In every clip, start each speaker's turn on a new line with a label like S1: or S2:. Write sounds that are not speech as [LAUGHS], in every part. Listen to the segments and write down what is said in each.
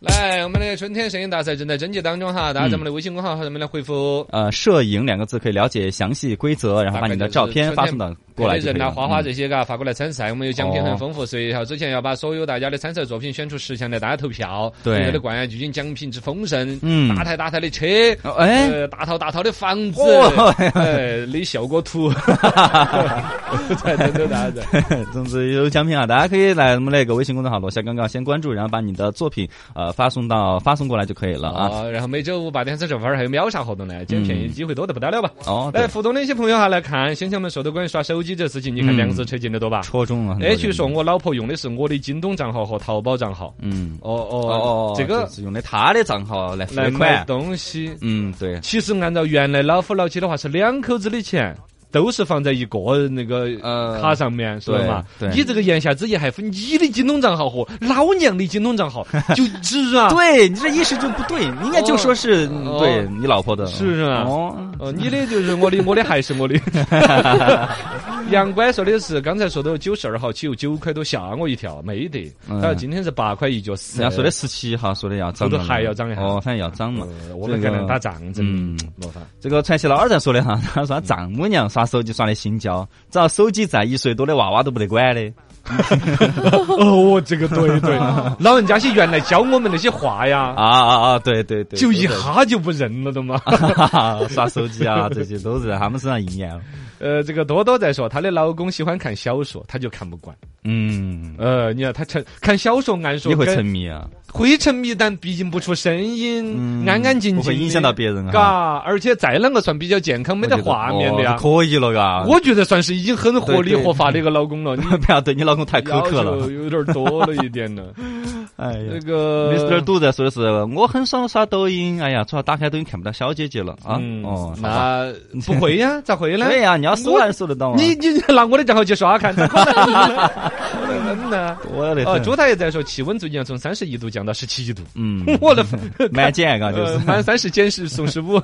S1: 来，我们的春天摄影大赛正在征集当中
S2: 嗯
S1: 哈，大家在我们的微信公号上面来回复。
S2: 呃，摄影两个字可以了解详细规则，然后把你的照片发送到过来就可
S1: 人
S2: 以
S1: 呐、
S2: 了。
S1: 花花
S2: 嗯哦
S1: 这些嘎发过来参赛，我们有奖品很丰富，所以哈之前要把所有大家的参赛作品选出十强来，大家投票。我
S2: 对
S1: 们的冠亚季军奖品之丰盛，
S2: 嗯
S1: 大台大台的车，
S2: 哦哎
S1: 呃，大套大套的房子
S2: 哦，
S1: 哎，的效果图，在等着大家
S2: [LAUGHS]
S1: 在。
S2: 总之有奖品啊，大家可以来我们那个微信公众号“落下广告”先关注，然后把你的作品呃发送到发送过来就可以了啊。
S1: 哦，然后每周五八点三十分儿还有秒杀活动呢，今天便宜机会多得不得了吧？
S2: 哦，对
S1: 来，，互动的一些朋友哈，来看，先前我们说的关于刷手机这事情，你看
S2: 嗯
S1: 梁子扯进的多吧
S2: 戳中了很多人。
S1: ？H 哎说，我老婆用的是我的京东账号和淘宝账号。
S2: 嗯，
S1: 哦
S2: 哦哦
S1: 哦，，
S2: 哦
S1: 这个
S2: 就是用的他的账号来付
S1: 来买
S2: 款。
S1: 东西，
S2: 嗯，对，
S1: 其实按照原来老夫老妻的话，是两口子的钱。都是放在一个那个
S2: 呃
S1: 卡上面，是吧嘛？
S2: 对对
S1: 你这个言下之意还分你的京东账号和老娘的京东账
S2: [LAUGHS]
S1: 号，就是啊，
S2: 对你这意识就不对，你应该就说是嗯
S1: 哦
S2: 对你老婆的，
S1: 是是吧
S2: 哦，
S1: 哦，你的就是我的，我的还是
S2: [LAUGHS]
S1: 我的。杨官说的是，刚才说的九十二号起有九块多，吓我一跳，没得。
S2: 嗯
S1: 他说今天是八块一角四。
S2: 人家说的十七号说的要涨
S1: 说
S2: 了，
S1: 的还要涨一下
S2: 哦，反正要涨嘛。
S1: 呃我们
S2: 这
S1: 可
S2: 个
S1: 能打仗子，
S2: 嗯
S1: 麻烦。
S2: 这个传奇老二在说的哈， [LAUGHS] 他说他丈母娘耍手机耍的心焦，只要手机在，一岁多的娃娃都不得管的。
S1: 哦，我这个对
S2: [LAUGHS]
S1: 对，老人家些原来教我们那些话呀，
S2: 啊啊啊！对对对，
S1: 就
S2: 对
S1: 一
S2: 对啊
S1: 哈就不认了的嘛。
S2: 哈哈， [LAUGHS] 耍手机啊，这些都是在他们身上应验了。
S1: [LAUGHS] 呃，这个多多在说，她的老公喜欢看小说，她就看不惯。
S2: 嗯，
S1: 呃，你看她沉看小说，按说
S2: 你会
S1: 跟
S2: 沉迷啊，
S1: 会沉迷，但毕竟不出声音，
S2: 嗯
S1: 安安静
S2: 不
S1: 静，
S2: 会影响到别人啊。
S1: 嘎，而且再啷个算比较健康，没得画面的呀
S2: 哦。可以了嘎。
S1: 我觉得算是已经很合理
S2: 对对
S1: 合法的一个老公了，你
S2: [LAUGHS] 不要对你老公太苛
S1: 要
S2: 刻
S1: 求
S2: 了。
S1: 有点多了一点
S2: [LAUGHS]
S1: 呢。
S2: 哎
S1: 那
S2: 呀。
S1: 个
S2: Mr. 杜在说的是，我很少刷抖音。哎呀，主要打开抖音看不到小姐姐了啊！
S1: 嗯
S2: 哦，好吧
S1: 那不会
S2: [LAUGHS]
S1: 呀，咋会呢？
S2: 对呀，你要搜还是搜得到啊？
S1: 你你拿我的账号去刷
S2: [LAUGHS]
S1: 看，怎么可能呢？
S2: 我的
S1: 哦，
S2: 天
S1: 朱大爷在说，气温最近要从三十一度降到十七
S2: [LAUGHS]
S1: 度，
S2: 嗯，
S1: 我的
S2: 蛮简啊，就
S1: 呃
S2: 是
S1: 满三十减十送十
S2: [LAUGHS]
S1: 五。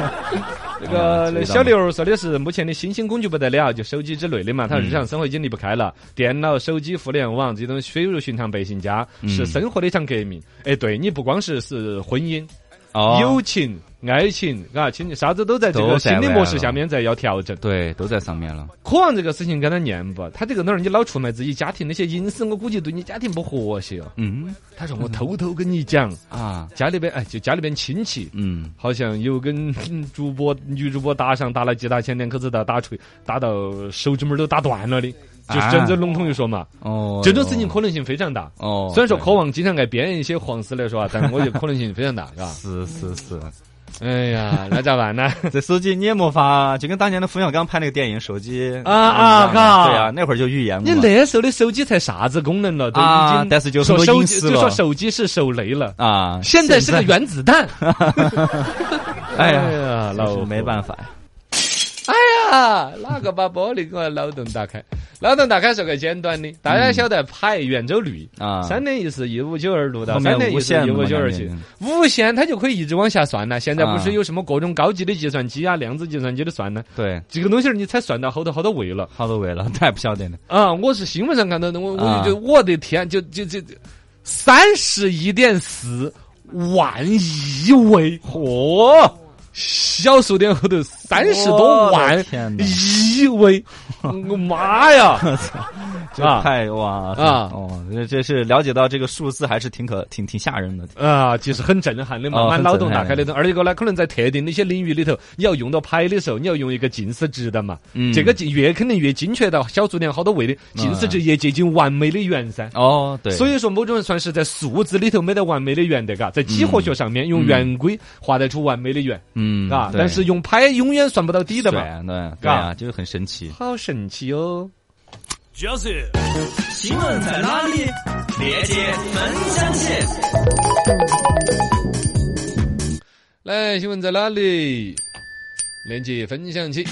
S1: 那
S2: 啊
S1: 个那小刘说的是，目前的新兴工具不得了，就手机之类的
S2: 嗯
S1: 嘛，他日常生活已经离不开了，电脑、手机、互联网这种水入寻常百姓家，
S2: 嗯
S1: 是生活的一场革命。哎，对你不光是是婚姻、
S2: 哦，
S1: 友情、爱情，啊，亲啥子都在这个
S2: 都在
S1: 新的
S2: 外
S1: 模式
S2: 了
S1: 下面在要调整。
S2: 对，都在上面了。
S1: 渴望这个事情跟他念不，他这个哪儿你老出卖自己家庭那些隐私，我估计对你家庭不和谐哦。
S2: 嗯
S1: 他说我偷偷跟你
S2: [LAUGHS]
S1: 讲，
S2: 啊，
S1: 家里边哎，就家里边亲戚。
S2: 嗯，
S1: 好像有跟 [LAUGHS] 主播女主播打上打了几打钱，两口子打打锤打到手指拇儿都打断了的，就是
S2: 啊
S1: 真正笼统一说嘛，
S2: 哦，
S1: 这种事情可能性非常大。
S2: 哦，
S1: 虽然说
S2: 对
S1: 渴望经常爱编一些黄丝来说啊，但我觉得可能性非常大，
S2: [LAUGHS]
S1: 嘎。
S2: 是是是，
S1: 哎呀，那咋办呢？
S2: 这手机你也没法，就跟当年的冯小刚拍那个电影《手机》
S1: 啊啊
S2: 一样
S1: 嘎
S2: 对啊，那会儿就预言了
S1: 你
S2: 嘛
S1: 那时候的手机才啥子功能了，都已
S2: 啊
S1: 经，
S2: 但是就
S1: 说
S2: 很多
S1: 手
S2: 隐
S1: 机
S2: 私
S1: 就说
S2: 了
S1: 手机是手雷了。
S2: 啊。
S1: 现在是个
S2: 现在
S1: 原子弹，
S2: [LAUGHS] 哎呀，
S1: 呀，
S2: 真
S1: 老
S2: 是没
S1: 虎
S2: 办法，
S1: 啊，哪个把玻璃给我脑洞打开？脑洞打开是个简短的，大家晓得派圆周率
S2: 啊
S1: 三点一四一五九二六到
S2: 后
S1: 三
S2: 面
S1: 点一
S2: 无
S1: 四
S2: 限
S1: 一
S2: 的
S1: 五
S2: 嘛
S1: 九二
S2: 感
S1: 七
S2: 觉，
S1: 无限它就可以一直往下算了。现在不
S2: 啊
S1: 是有什么各种高级的计算机啊、量子计算机的算呢？
S2: 对，
S1: 这个东西儿你才算到后头好多位了
S2: 好多位了， [LAUGHS] 太不晓得了。
S1: 啊！我是新闻上看到的，我我
S2: 啊
S1: 就觉得我的天，就就就三十一点四万亿位，嚯！小数点后头三十多
S2: 我
S1: 万
S2: 的天哪，
S1: 一位，我妈呀！
S2: [LAUGHS] 这
S1: 啊
S2: 太哇
S1: 啊
S2: 哦，这这是了解到这个数字还是挺可挺挺吓人的。
S1: 啊，其实很震撼的嘛，
S2: 哦
S1: 满
S2: 很
S1: 脑洞
S2: 震
S1: 大
S2: 撼
S1: 开那种。而一个呢，可能在特定的一些领域里头，你要用到牌的时候，你要用一个近似值的嘛。
S2: 嗯
S1: 这个近越肯定越精确到小数点好多位的近似
S2: 啊
S1: 值，越接近完美的圆噻。
S2: 哦，对，
S1: 所
S2: 以
S1: 以说，某种人算是在数字里头没得完美的圆的，嘎，在几何学上面用圆规画得出完美的圆，
S2: 嗯
S1: 嘎，
S2: 对
S1: 但是用拍永远算不到底的
S2: 对
S1: 嘛，
S2: 啊对啊对啊，就是很神奇。
S1: 好神奇哦！
S3: 就是新闻在哪里？链接分享起。
S1: 来，新闻在哪里？链接分享起。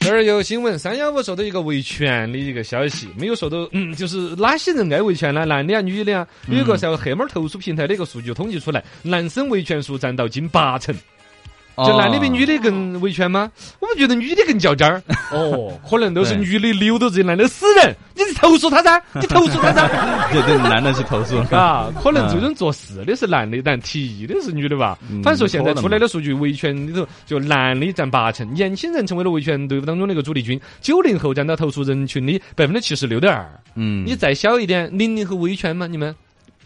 S1: 这儿有新闻，三幺五说到一个维权的一个消息，没有说到，嗯，就是哪些人爱维权呢？男的啊，女的啊？有一个在黑猫儿投诉平台的一个数据统计出来，男生维权数占到近八成，
S2: 哦
S1: 就男的比女的更维权吗？我们觉得女的更较真儿。哦，可能都是女的溜到这男的死人，你去投诉他
S2: [LAUGHS]
S1: 噻，你投诉他噻。
S2: 对对，男的去
S1: [LAUGHS]
S2: 投诉了。
S1: 啊，可能最终做事的是男的，但提议的是女的吧。
S2: 嗯
S1: 反正说现在出来的数据，维权里头就男的占八成，年轻人成为了维权队伍当中的一个主力军。九零后占到投诉人群的百分之七十六点二。
S2: 嗯，
S1: 你再小一点，零零后维权吗？你们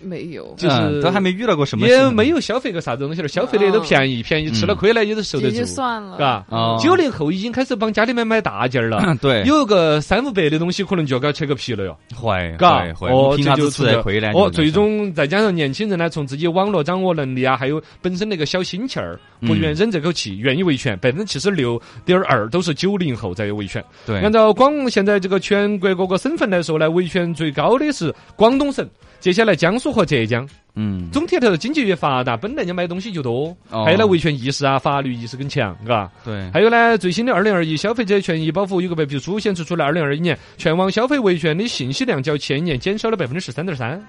S4: 没有，
S1: 就是、
S2: 嗯都还没遇到过什么哦事，
S1: 也没有消费个啥子东西了，消费的也都便宜，便宜吃了亏呢也都受得
S4: 也就
S1: 住，
S4: 算了。嗯
S1: 嘎。
S2: 哦
S1: 九零后已经开始帮家里面买大件儿
S2: [LAUGHS]
S1: 了。
S2: [CLEARS THROAT] 对，
S1: 有个三五百的东西，可能就要给他扯个皮了哟，
S2: 会
S1: 嘎
S2: 会，会，
S1: 哦，
S2: 你凭
S1: 这
S2: 啥
S1: 就
S2: 子吃得
S1: 是
S2: 亏呢？
S1: 哦，
S2: 你这
S1: 最
S2: 个事儿
S1: 终再加上年轻人呢，从自己网络掌握能力啊，还有本身那个小心气儿，不
S2: 嗯
S1: 愿忍这口气，愿意维权，百分之七十六点二都是九零后在维权。
S2: 对，
S1: 按照广现在这个全国各个省份来说呢，维权最高的是广东省，接下来江苏和浙江。
S2: 嗯，
S1: 总体来说，经济越发达，本来就买东西就多，
S2: 哦
S1: 还有呢，维权意识啊、法律意识更强，嘎。
S2: 对，
S1: 还有呢，最新的二零二一消费者权益保护有个白皮书显示出来，二零二一年全网消费维权的信息量较前一年减少了百分之十三点三。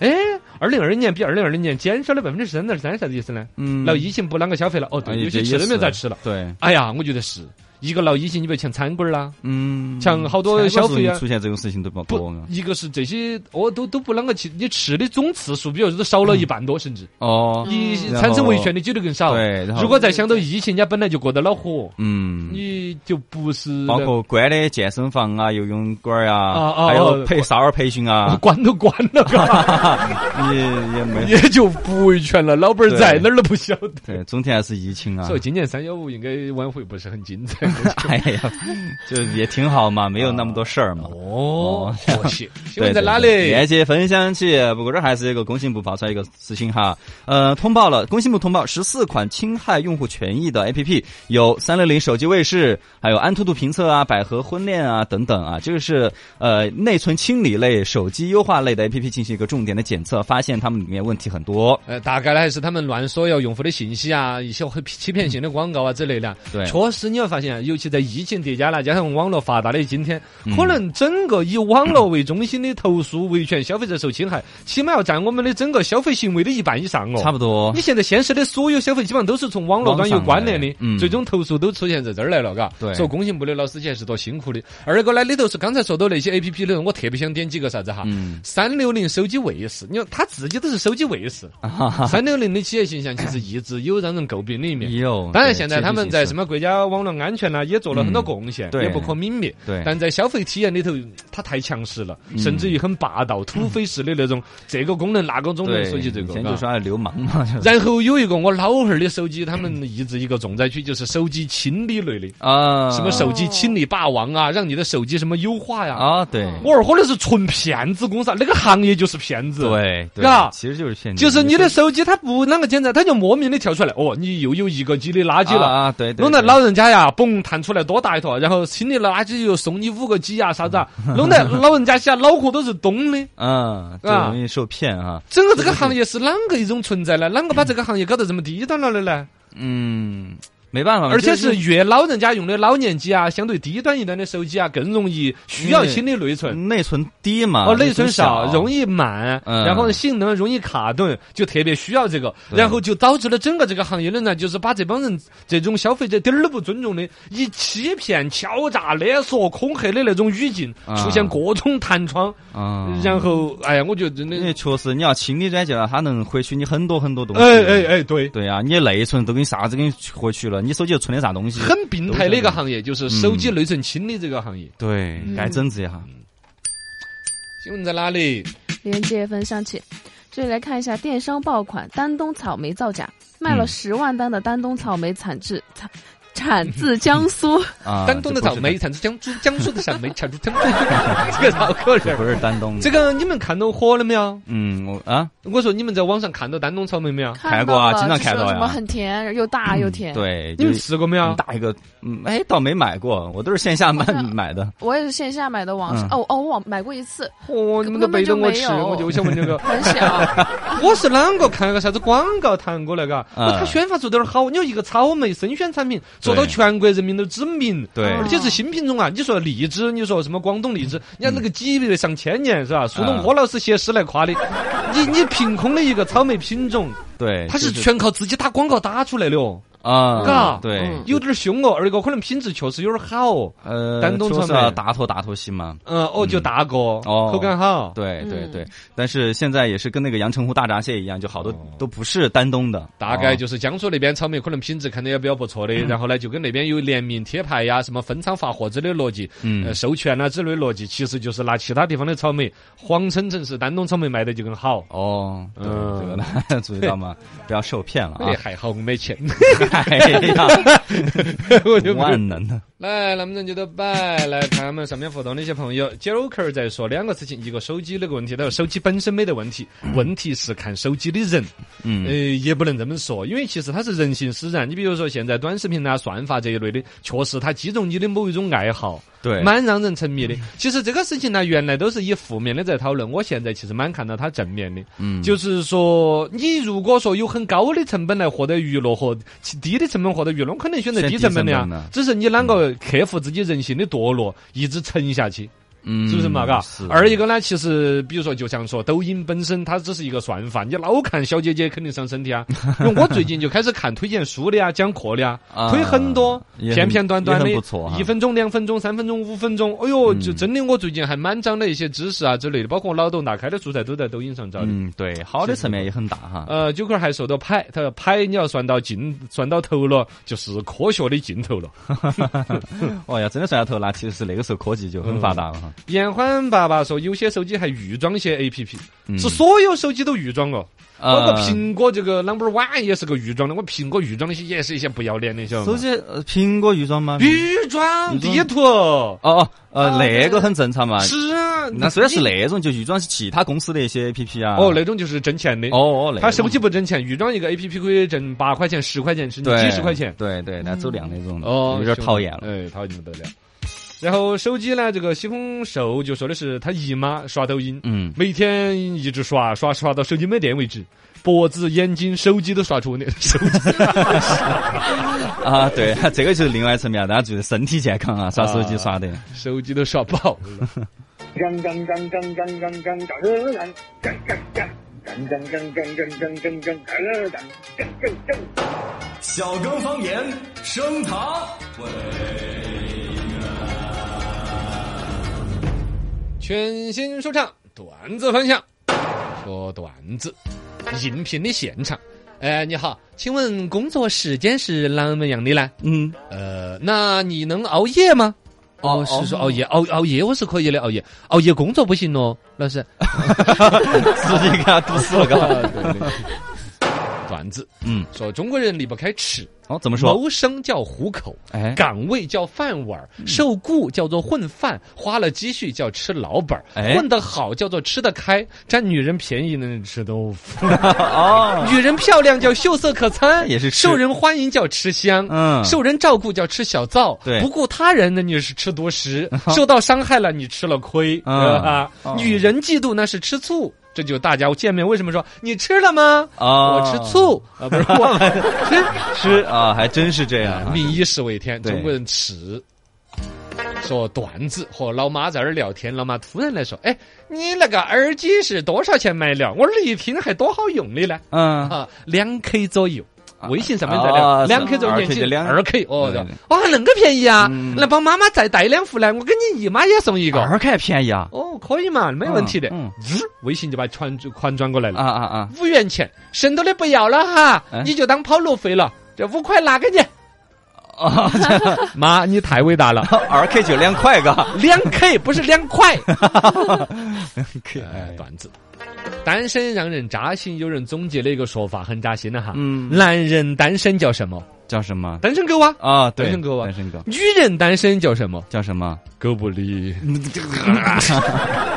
S1: 哎，二零二一年比二零二零年减少了百分之十三点三，啥子意思呢？
S2: 嗯，
S1: 闹疫情不啷个消费了？哦，
S2: 哎
S1: 对，有
S2: 这
S1: 些
S2: 意
S1: 吃都没有
S2: 思
S1: 咋吃了。
S2: 对，
S1: 哎呀，我觉得是一个闹疫情，你别像餐馆儿啦，
S2: 嗯，
S1: 像好多消费啊
S2: 出现这种事情都不
S1: 不
S2: 多啊，。
S1: 一个是这些哦，都都不啷个去，你吃的总次数，比如说都少了一半多，甚至
S2: 哦，
S1: 你
S2: 然
S1: 产生维
S2: 后
S1: 权的几率更少。
S2: 对，然后
S1: 如果再想到疫情，人家本来就过得恼火，
S2: 嗯。
S1: 你就不是
S2: 包括关的健身房啊、游泳馆儿
S1: 啊
S2: 啊，
S1: 啊
S2: 还有
S1: 哦，
S2: 培少儿培训啊
S1: [LAUGHS] 关都关
S2: [LAUGHS]
S1: 了，嘎
S2: 也也没
S1: [LAUGHS] 也就不维权了。老板儿在哪儿都不晓得。 [LAUGHS]
S2: 对，总体还是疫情啊
S1: 所以。今年三幺五应该挽回不是很精彩。
S2: [LAUGHS] 哎呀，就也挺好嘛，没有那么多事儿嘛。
S1: [LAUGHS] 哦，和谐。新
S2: 对，
S1: 闻在哪
S2: 对对
S1: 里？
S2: 链接分享起。不过这还是一个工信部发出来一个事情哈，呃，通报了，工信部通报十四款侵害用户权益的 APP，有三六零手机卫士，还有安兔兔评测啊、百合婚恋啊等等啊，这个是呃内存清理类、手机优化类的 APP 进行一个重点的检测，发现它们里面问题很多。
S1: 呃，大概呢还是他们乱说要用户的信息啊，一些很欺骗性的广告啊之类的。
S2: 对
S1: 确实你会发现啊，尤其在疫情叠加了，加上网络发达的今天，可能整个以网络为中心的投诉维权消费者受侵害，起码要占我们的整个消费行为的一半以上哦。
S2: 差不多
S1: 你，现在现实的所有消费基本上都是从网络端有关联
S2: 网
S1: 的
S2: 上来的嗯，
S1: 最终投诉都出现在这儿来了，嘎。
S2: 对
S1: 所以工信部的老司机还是多辛苦的。二个呢，里头是刚才说到那些 A P P 里头，我特别想点几个啥子哈 [LAUGHS]
S2: 嗯，
S1: 三六零手机卫士，你看他自己都是手机卫
S2: [LAUGHS]
S1: 士，
S2: 啊
S1: 三六零的企业形象其实一直有让人诟病的一
S2: [LAUGHS]
S1: 面。
S2: 也有。
S1: 当然，现在他们在什
S2: 么？
S1: 么国家网络安全啦、也做了很多贡献，
S2: 对
S1: 也不可泯灭。
S2: 对嗯
S1: 但在消费体验里头，它太强势了，甚至于很霸道、土
S2: [LAUGHS]
S1: 匪式的那种，这个功能那个功能，
S2: 对，
S1: 说起这个，
S2: 以前
S1: 嘎
S2: 就耍流氓嘛，就是
S1: [LAUGHS] 然后有一个我老汉儿的手机，他们一直一个重灾区就是手机清理类的，
S2: 啊，
S1: 什么手机清理霸王啊，让你的手机什么优化呀。
S2: 啊？对，
S1: 我二货的是纯骗子公司，那个行业就是骗子。。
S2: 对，对
S1: 嘎
S2: 其实就是陷阱，
S1: 就是你的手机，它不啷个检查，它就莫名的跳出来，哦，你又有一个 G 的垃圾了，
S2: 啊，啊对对，
S1: 弄得
S2: 对
S1: 老人家呀，嘣弹出来多大一坨，然后清理了垃圾又送你五个 G 呀，啥子啊，
S2: [LAUGHS]
S1: 弄得老人家现在脑壳都是东的。
S2: 嗯，就
S1: 啊
S2: 容易受骗啊。
S1: 整个这个行业是啷个一种存在呢？啷个把这个行业搞得这么低端了的呢？
S2: 嗯，没办法嘛，
S1: 而且
S2: 就是
S1: 越老人家用的老年机啊，相对低端一点的手机啊，更容易需
S2: 嗯
S1: 要清理内存。
S2: 内存低嘛，
S1: 哦，内存少，容
S2: 易
S1: 易满，
S2: 嗯
S1: 然后性能容易卡顿，就特别需要这个，然后就导致了整个这个行业的呢，就是把这帮人这种消费者点儿都不尊重的，以欺骗、敲诈、勒索、恐吓的那种语境，
S2: 啊
S1: 出现各种弹窗，
S2: 啊。
S1: 然后，哎呀，我觉得真的
S2: 因，为确实你要清理软件啊，它能获取你很多很多东西。
S1: 哎哎，哎，对，
S2: 对啊，你内存都给你啥子给你获取了，你手机又存的啥东西？嗯
S1: 很病态的一个行业，就是手机内存清理这个行业。
S2: 对，
S1: 嗯
S2: 该啊整治一下。
S1: 新闻在哪里？
S4: 链接分享起。这里来看一下电商爆款丹东草莓造假，卖了
S2: 嗯
S4: 十万单的丹东草莓产自产 [LAUGHS] 产自
S2: [LAUGHS]
S4: 江苏，
S2: 啊，
S1: 丹东的草莓产出江苏江苏的草莓产出江苏， [LAUGHS] 这个好可
S2: 这
S1: 人
S2: 不
S1: 儿。
S2: 是丹东的。
S1: 这个你们看到火了没有？
S2: 嗯，我啊，
S1: 我说你们在网上看到丹东草莓没有？
S2: 看过啊
S4: 到了
S2: 经常
S4: 就
S2: 看
S4: 说
S2: 到
S4: 什
S2: 呀嗯
S4: 么很甜又大又甜。，
S2: 对，
S1: 你
S2: 就
S1: 们
S2: 是
S1: 吃过没有
S2: 很？大一个，嗯，哎，倒没买过，我都是线下买
S4: 好像
S2: 买的。
S4: 我也是线下买的网上，
S2: 嗯
S4: 哦哦，我网买过一次，
S1: 哦，你们都背着我吃，
S4: 根本就没有。
S1: 我就想问这个
S4: 很小。
S2: [LAUGHS]
S1: 我是啷个看个啥子广告谈过来嘎？
S2: 嗯
S1: 我他宣发做得有点好，你说一个草莓生鲜产品做到
S2: 对
S1: 全国人民都知名，
S2: 对
S1: 而且是新品种啊！你说荔枝，你说什么广东荔枝，人家那
S2: 嗯
S1: 个几百上千年是吧？苏
S2: 啊
S1: 东坡老师写诗来夸的，你你凭空的一个草莓品种，
S2: 对，
S1: 它是
S2: 哎就
S1: 全靠自己打广告打出来的哦。
S2: 啊，
S1: 嘎
S2: 对，
S4: 嗯
S1: 有点儿凶哦。二个可能品质确实有点儿好哦，
S2: 呃，
S1: 丹东
S2: 说是
S1: 传媒
S2: 要大坨大坨洗嘛。
S1: 嗯，哦，就大个，
S2: 哦
S1: 口感好，
S2: 对对
S4: 嗯
S2: 对，但是现在也是跟那个阳澄湖大闸蟹一样，就好多都不是丹东的，
S1: 哦
S2: 哦
S1: 大概
S2: 就
S1: 就是江苏那边草莓可能品质看得也比较不错的，
S2: 嗯
S1: 然后呢，就跟那边有联名贴牌呀、什么分厂发货之类的逻辑，呃，
S2: 嗯
S1: 授权啦之类的逻辑，其实就是拿其他地方的草莓谎称成是丹东草莓卖的就更好。
S2: 哦，对
S1: 嗯
S2: 这个大家 [LAUGHS] 注意到吗？不要受骗了啊
S1: 哎，！还好我没钱，
S2: [LAUGHS] 哎
S1: [LAUGHS]
S2: 呀，
S1: 我就不
S2: 万能的，
S1: 来，那么咱就到摆来看我们上面互动的一些朋友。Joker 在说两个事情，一个手机那个问题，他说手机本身没得问题，问题是看手机的人。呃，
S2: 嗯，
S1: 也不能这么说，因为其实它是人性使然。你比如说现在短视频呐、算法这一类的，确实它击中你的某一种爱好，
S2: 对，
S1: 蛮让人沉迷的。其实这个事情呢，原来都是以负面的在讨论，我现在其实蛮看到它正面的。
S2: 嗯，
S1: 就是说，你如果说有很高的成本来获得娱乐和其低的成本获得娱乐，我肯定选择低成本的
S2: 选低
S1: 呀
S2: 成本的。
S1: 只是你啷个克服自己人性的堕落，一直沉下去，
S2: 嗯
S1: 是不是嘛？嘎
S2: 是。
S1: 二一个呢，其实比如说，就像说抖音本身，它只是一个算法，你老看小姐姐肯定伤身
S2: [LAUGHS]
S1: 体啊。因为我最近就开始看推荐书的呀，讲课的呀，
S2: 啊
S1: 推很多
S2: 也很
S1: 片片段段
S2: 也
S1: 的，
S2: 很不错啊哈
S1: 一分钟、两分钟、三分钟、五分钟，哎呦，
S2: 嗯
S1: 就真的我最近还满长的一些知识啊之类的，包括我脑洞大开的素材都在抖音上找的。
S2: 嗯，对，好的层面也很大哈。
S1: 呃，九块还说到牌，他说牌你要算到尽，算到头了，就是科学的尽头了。
S2: 哦呀，真的算下头那其实是那个时候科技就很发达了哈。
S1: 严欢爸爸说，有些手机还预装些 A P P，
S2: 嗯
S1: 是所有手机都预装哦，包括
S2: 呃
S1: 苹果这个 Number One 也是个预装的，我苹果预装的些也是一些不要脸的，晓得
S2: 手
S1: 吗？
S2: 机呃苹果预装吗？
S1: 预装地图，
S2: 哦哦，呃，
S1: 啊
S4: 哦
S2: 那个很正常嘛。
S1: 是啊，
S2: 那虽然是
S1: 你
S2: 那种，就预装其他公司的一些 A P P 啊。
S1: 哦，那种就是挣钱的。
S2: 哦哦，那
S1: 他
S2: 个
S1: 手机不挣钱，预装一个 A P P 可以挣八块钱、十块钱，甚至
S2: 对
S1: 几十块钱。
S2: 对对，那走量那种，
S1: 哦，
S2: 有
S1: 兄
S2: 点
S1: 弟
S2: 讨厌了。
S1: 哎，讨厌得不得了。然后手机呢，这个西风兽就说的是他姨妈刷抖音，
S2: 嗯，
S1: 每天一直刷刷刷到手机没电为止，脖子、眼睛、手机都刷出那手机
S2: 啊，对， [LAUGHS] 这个就是另外一层面，大家注意身体健康啊，刷手机刷的。
S1: 手机都刷爆了。
S5: 干干干干干干干干干干干干。干干干干干干干干干干干干！
S3: 小刚方言升堂会。
S1: 全新说唱段子分享，说段子，应聘的现场。哎，你好，请问工作时间是啷么样的呢？
S2: 嗯，
S1: 呃，那你能熬夜吗？哦，是说熬夜，熬熬夜我是可以的，熬夜熬夜工作不行哦，老师。
S2: [LAUGHS] 自己给他堵死
S1: [LAUGHS]
S2: 了，嘎。
S1: 段子
S2: 嗯，
S1: 说中国人离不开吃，
S2: 哦，怎么说？
S1: 谋生叫糊口，
S2: 哎，嗯
S1: 岗位叫饭碗儿，受雇叫做混饭，花了积蓄叫吃老本儿，
S2: 哎
S1: 混得好叫做吃得开，占女人便宜能吃
S2: [LAUGHS]
S1: 豆腐，
S2: 哦，
S1: 女人漂亮叫秀色可餐，
S2: [LAUGHS] 也是吃
S1: 受人欢迎叫吃香，
S2: 嗯
S1: 受人照顾叫吃小灶，
S2: 对
S1: 不顾他人呢你是吃独
S2: [LAUGHS]
S1: 食，受到伤害了你吃了亏
S2: 嗯
S1: 啊，女人嫉妒那是吃醋。这就大家见面为什么说你吃了吗？
S2: 哦
S1: 我吃醋啊，不是
S2: [LAUGHS]
S1: 我
S2: 吃啊，还真是这样
S1: 吃。
S2: 啊。
S1: 民以食为天，
S2: 对
S1: 中国人吃。说段子和老妈在那儿聊天，老妈突然来说：“哎，你那个耳机是多少钱买的？我这一听还多好用的呢，
S2: 嗯，
S1: 啊，两 K 左右。”微信上面在
S2: 啊
S1: 聊
S2: 是
S1: 两 K 左右，
S2: 2K
S1: 年
S2: 就
S1: 轻
S2: 两
S1: 二 K 哦，
S2: 对对
S1: 哇，恁个便宜啊！
S2: 嗯
S1: 来帮妈妈再带两副来，我给你姨妈也送一个。
S2: 二 K 便宜啊。
S1: 哦，可以嘛，没问题的。
S2: 嗯
S1: 吱微信就把款款转过来了
S2: 啊。啊啊！
S1: 五元钱，剩多的不要了哈，
S2: 哎
S1: 你就当跑路费了。这五块拿
S2: [LAUGHS]
S1: 给你，
S2: 哦， [LAUGHS] 这
S1: 妈，你太伟大了，
S2: 二 K 就 [LAUGHS] 两块，嘎。
S1: 两 K 不是两块。
S2: K，
S1: 哎，段子，单身让人扎心，有人总结了一个说法，很扎心的哈。
S2: 嗯
S1: 男人单身叫什么？
S2: 叫什么？
S1: 单身狗啊。
S2: 啊，对，
S1: 单身狗啊
S2: 单身狗
S1: 女人单身叫什么？
S2: 叫什么？
S1: 狗不
S2: [LAUGHS]
S1: 理。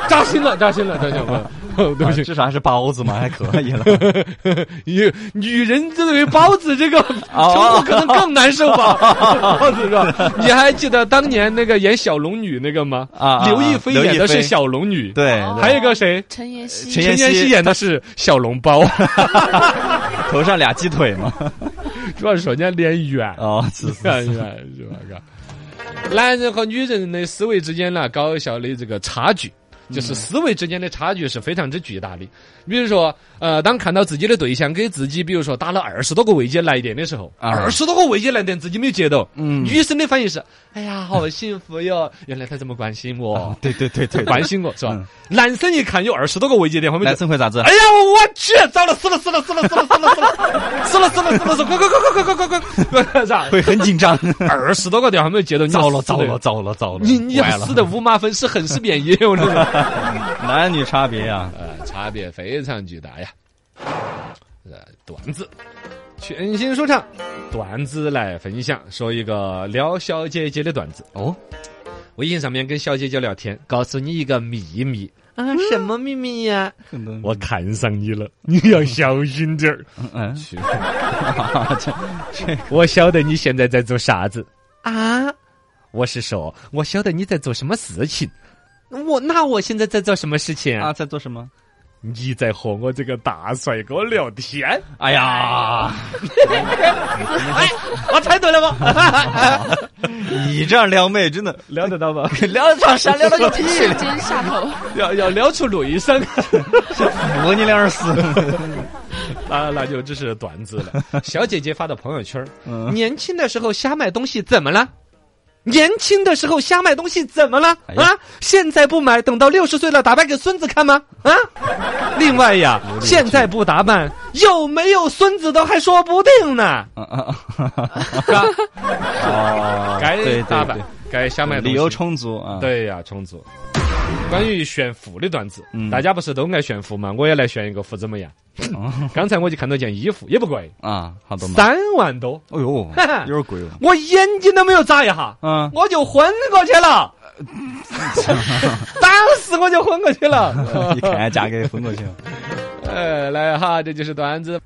S1: 扎心了，扎心了，扎心
S2: [LAUGHS]
S1: 了。哦对不起，
S2: 至少还是包子嘛，还可 [LAUGHS] 以了。
S1: 女女人这个包子这
S2: [LAUGHS]
S1: 个称
S2: 哦
S1: 呼可能更难受吧？包子是吧？你还记得当年那个演小龙女那个吗？
S2: 啊啊
S1: 刘亦菲
S2: 刘亦
S1: 演的是
S2: 菲
S1: 小龙女，，
S2: 对，
S4: 哦
S1: 还有一个谁？
S4: 陈妍
S2: [LAUGHS]
S4: 希，
S2: 陈
S1: 陈
S2: 妍
S1: 妍希
S2: 希
S1: 演的是小笼包，
S2: 头上俩鸡腿嘛。
S1: 主要是说人家脸圆，
S2: 哦，是是
S1: 脸圆是吧？嘎，男人和女人的思维之间呢，搞笑的这个差距。
S2: 嗯
S1: 就是思维之间的差距是非常之巨大的。比如说，呃，当看到自己的对象给自己，比如说打了二十多个未接来电的时候，
S2: 啊
S1: 二十多个未接来电自己没有接到，
S2: 嗯
S1: 女生的反应是：哎呀，好幸福哟，原来他这么关心我，
S2: 哦对对对对，
S1: 关心我是吧？
S2: 嗯
S1: 男生一看有二十多个未接电话，我们
S2: 男
S1: 就
S2: 生会咋子
S1: [LAUGHS] 哎？呀，我去，糟了，死了，死了，死了，死了，死了，死了，死了，死了，死了，死了，快快快快快快快快，啥？ [LAUGHS]
S2: 会很紧张。
S1: 二十多个电话没有接到，你要
S2: [LAUGHS] 糟 [LAUGHS] 了
S1: 死的
S2: 糟了，糟了糟了，
S1: 你你
S2: 坏了
S1: 死，的五马分尸，横尸遍野，我跟你说。
S2: [LAUGHS] 男女差别啊，
S1: [LAUGHS] 呃，差别非常巨大呀。呃，段子，全新说唱，段子来分享，说一个撩小姐姐的段子。
S2: 哦，
S1: 微信上面跟小姐姐聊天，告诉你一个秘密啊，什么秘密呀、我看上你了，你要小心点儿。
S2: 嗯，
S1: 去，我晓得你现在在做啥子啊？我是说，我晓得你在做什么事情。我那我现在在做什么事情
S2: 啊，在做什么？
S1: 你在和我这个大帅哥聊天？
S2: 哎呀，哎
S1: 我猜对了吗？
S2: [LAUGHS] 你这样撩妹真的
S1: [LAUGHS] 聊得到吗？
S2: 撩得上山，撩了个屁！
S4: 瞬间下头。
S1: [LAUGHS] 要要聊出内伤， [LAUGHS]
S2: 我你两耳屎。 [LAUGHS]
S1: [LAUGHS] 那啊那就这是段子 [LAUGHS] 了。小姐姐发到朋友圈儿，
S2: 嗯
S1: 年轻的时候瞎买东西怎么了？年轻的时候瞎买东西怎么了？
S2: 哎呀
S1: 啊，现在不买，等到六十岁了打扮给孙子看吗？ [LAUGHS] 啊，另外呀，现在不打扮，有没有孙子都还说不定呢。
S2: 啊 [LAUGHS] 啊
S1: 是吧？
S2: 啊！
S1: 该
S2: 对
S1: 打扮
S2: 对对，，
S1: 该瞎买东西
S2: 理由充足啊。，
S1: 对呀、充足。关于炫富的段子，
S2: 嗯
S1: 大家不是都爱炫富嘛？我也来炫一个富，怎么样？ [LAUGHS] 刚才我就看到件衣服，也不贵，
S2: 啊，好多嘛。
S1: 三万多，
S2: 哎呦，有点贵哦。
S1: 我眼睛都没有眨一下，
S2: 嗯 [LAUGHS]
S1: 我就昏过去了。当时我就昏过去了。
S2: [LAUGHS]
S1: 哎
S2: 一看价格也分过去了。
S1: 呃，来哈，这就是段子。